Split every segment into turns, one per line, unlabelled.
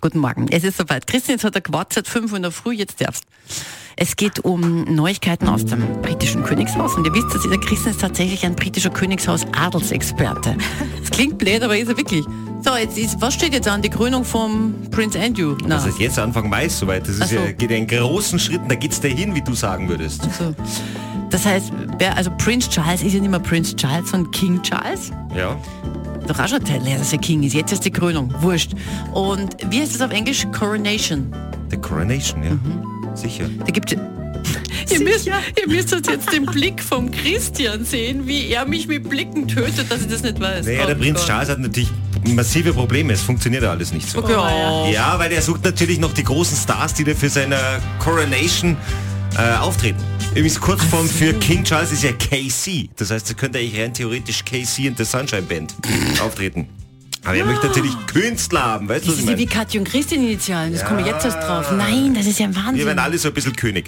Guten Morgen. Es ist soweit. Christian, jetzt hat er gewartet seit 5 Uhr in der Früh, jetzt darfst Es geht um Neuigkeiten aus dem britischen Königshaus. Und ihr wisst, dass dieser Christian ist tatsächlich ein britischer Königshaus-Adelsexperte. Das klingt blöd, aber ist er wirklich. So, jetzt ist, was steht jetzt an? Die Krönung vom Prince Andrew? Na,
Das ist Also jetzt Anfang Mai soweit. Das
Ach
ist
so.
ja, geht ja in großen Schritten. Da geht's dahin, wie du sagen würdest.
so. Das heißt, wer, also Prince Charles ist ja nicht mehr Prince Charles, sondern King Charles.
Ja.
Doch auch schon Teil, dass er King ist. Jetzt ist die Krönung. Wurscht. Und wie heißt das auf Englisch? Coronation.
The Coronation, ja.
Mhm.
Sicher.
Da gibt Ihr müsst, ihr müsst uns jetzt den Blick vom Christian sehen, wie er mich mit Blicken tötet, dass ich das nicht weiß.
Naja, der
Oh
Prinz
Gott. Oh
Charles hat natürlich massive Probleme. Es funktioniert alles nicht so.
Ja.
Ja, weil er sucht natürlich noch die großen Stars, die da für seine Coronation äh, auftreten. Übrigens Kurzform für King Charles ist ja KC. Das heißt, da könnte eigentlich rein theoretisch KC und The Sunshine Band auftreten. Aber er möchte natürlich Künstler haben, weißt du,
Das
was ich
ist ja Ah. wie
meine?
Katja und Christian Initialen, das komme ich jetzt erst drauf. Nein, das ist ja ein
Wir
Wahnsinn.
werden alle so ein bisschen König.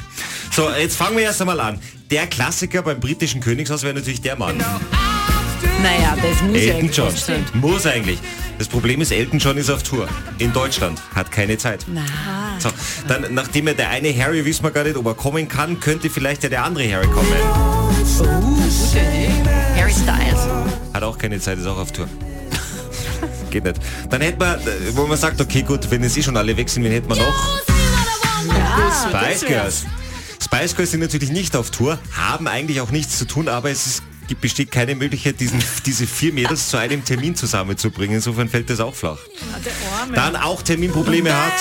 So, jetzt fangen wir erst einmal an. Der Klassiker beim britischen Königshaus wäre natürlich der Mann.
Naja, das Genau. muss ja
Elton John.
eigentlich sein.
Muss eigentlich. Das Problem ist, Elton John ist auf Tour. In Deutschland. Hat keine Zeit.
Na,
So, dann, nachdem ja der eine Harry, wissen wir gar nicht, ob er kommen kann, könnte vielleicht ja der andere Harry kommen.
Oh, gute Idee. Harry Styles.
Hat auch keine Zeit, ist auch auf Tour. Geht nicht. Dann hätte man, äh, wo man sagt, okay, gut, wenn es eh schon alle weg sind, wen hätte man noch? Spice Girls. Spice Girls sind natürlich nicht auf Tour, haben eigentlich auch nichts zu tun, aber es ist, gibt- besteht keine Möglichkeit, diesen, diese vier Mädels zu einem Termin zusammenzubringen. Insofern fällt das auch flach. Dann auch Terminprobleme hat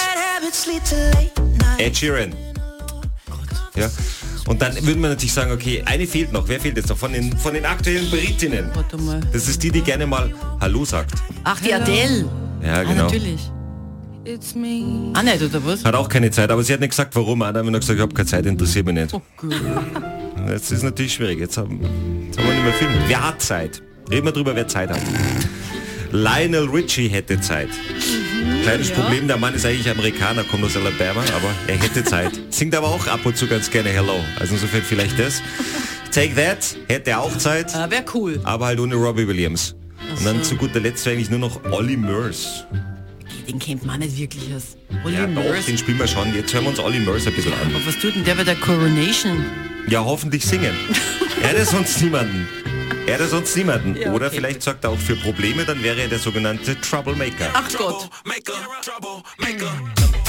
Ed Sheeran. Ja. Und dann würde man natürlich sagen, okay, eine fehlt noch. Wer fehlt jetzt noch? Von den, von den aktuellen Britinnen.
Warte mal.
Das ist die, die gerne mal Hallo sagt.
Ach, die Adele.
Ja,
Ah,
genau.
natürlich. Ah, nicht, oder was?
Hat auch keine Zeit, aber sie hat nicht gesagt, warum. Hat einfach nur gesagt, ich habe keine Zeit, interessiert mich nicht.
Oh, gut.
Jetzt ist natürlich schwierig. Jetzt haben, jetzt haben wir nicht mehr viel. Wer hat Zeit? Reden wir drüber, wer Zeit hat. Lionel Richie hätte Zeit. Kleines Problem, der Mann ist eigentlich Amerikaner, kommt aus Alabama, aber er hätte Zeit. Singt aber auch ab und zu ganz gerne Hello. Also insofern vielleicht das. Take That hätte auch Zeit,
Ah, Wäre cool.
aber halt ohne Robbie Williams. Und dann zu guter Letzt wäre eigentlich nur noch Olli Murs.
Den kennt man nicht wirklich erst. Olli
Ja, doch,
Murs.
den spielen wir schon. Jetzt hören wir uns Olli Murs ein bisschen an.
Aber Oh, was tut denn der bei der Coronation?
Ja, hoffentlich singen. Er hätte sonst niemanden. Er hätte sonst niemanden.
Ja,
Oder
okay.
vielleicht sorgt er auch für Probleme, dann wäre er der sogenannte Troublemaker.
Ach Gott.
Troublemaker, troublemaker.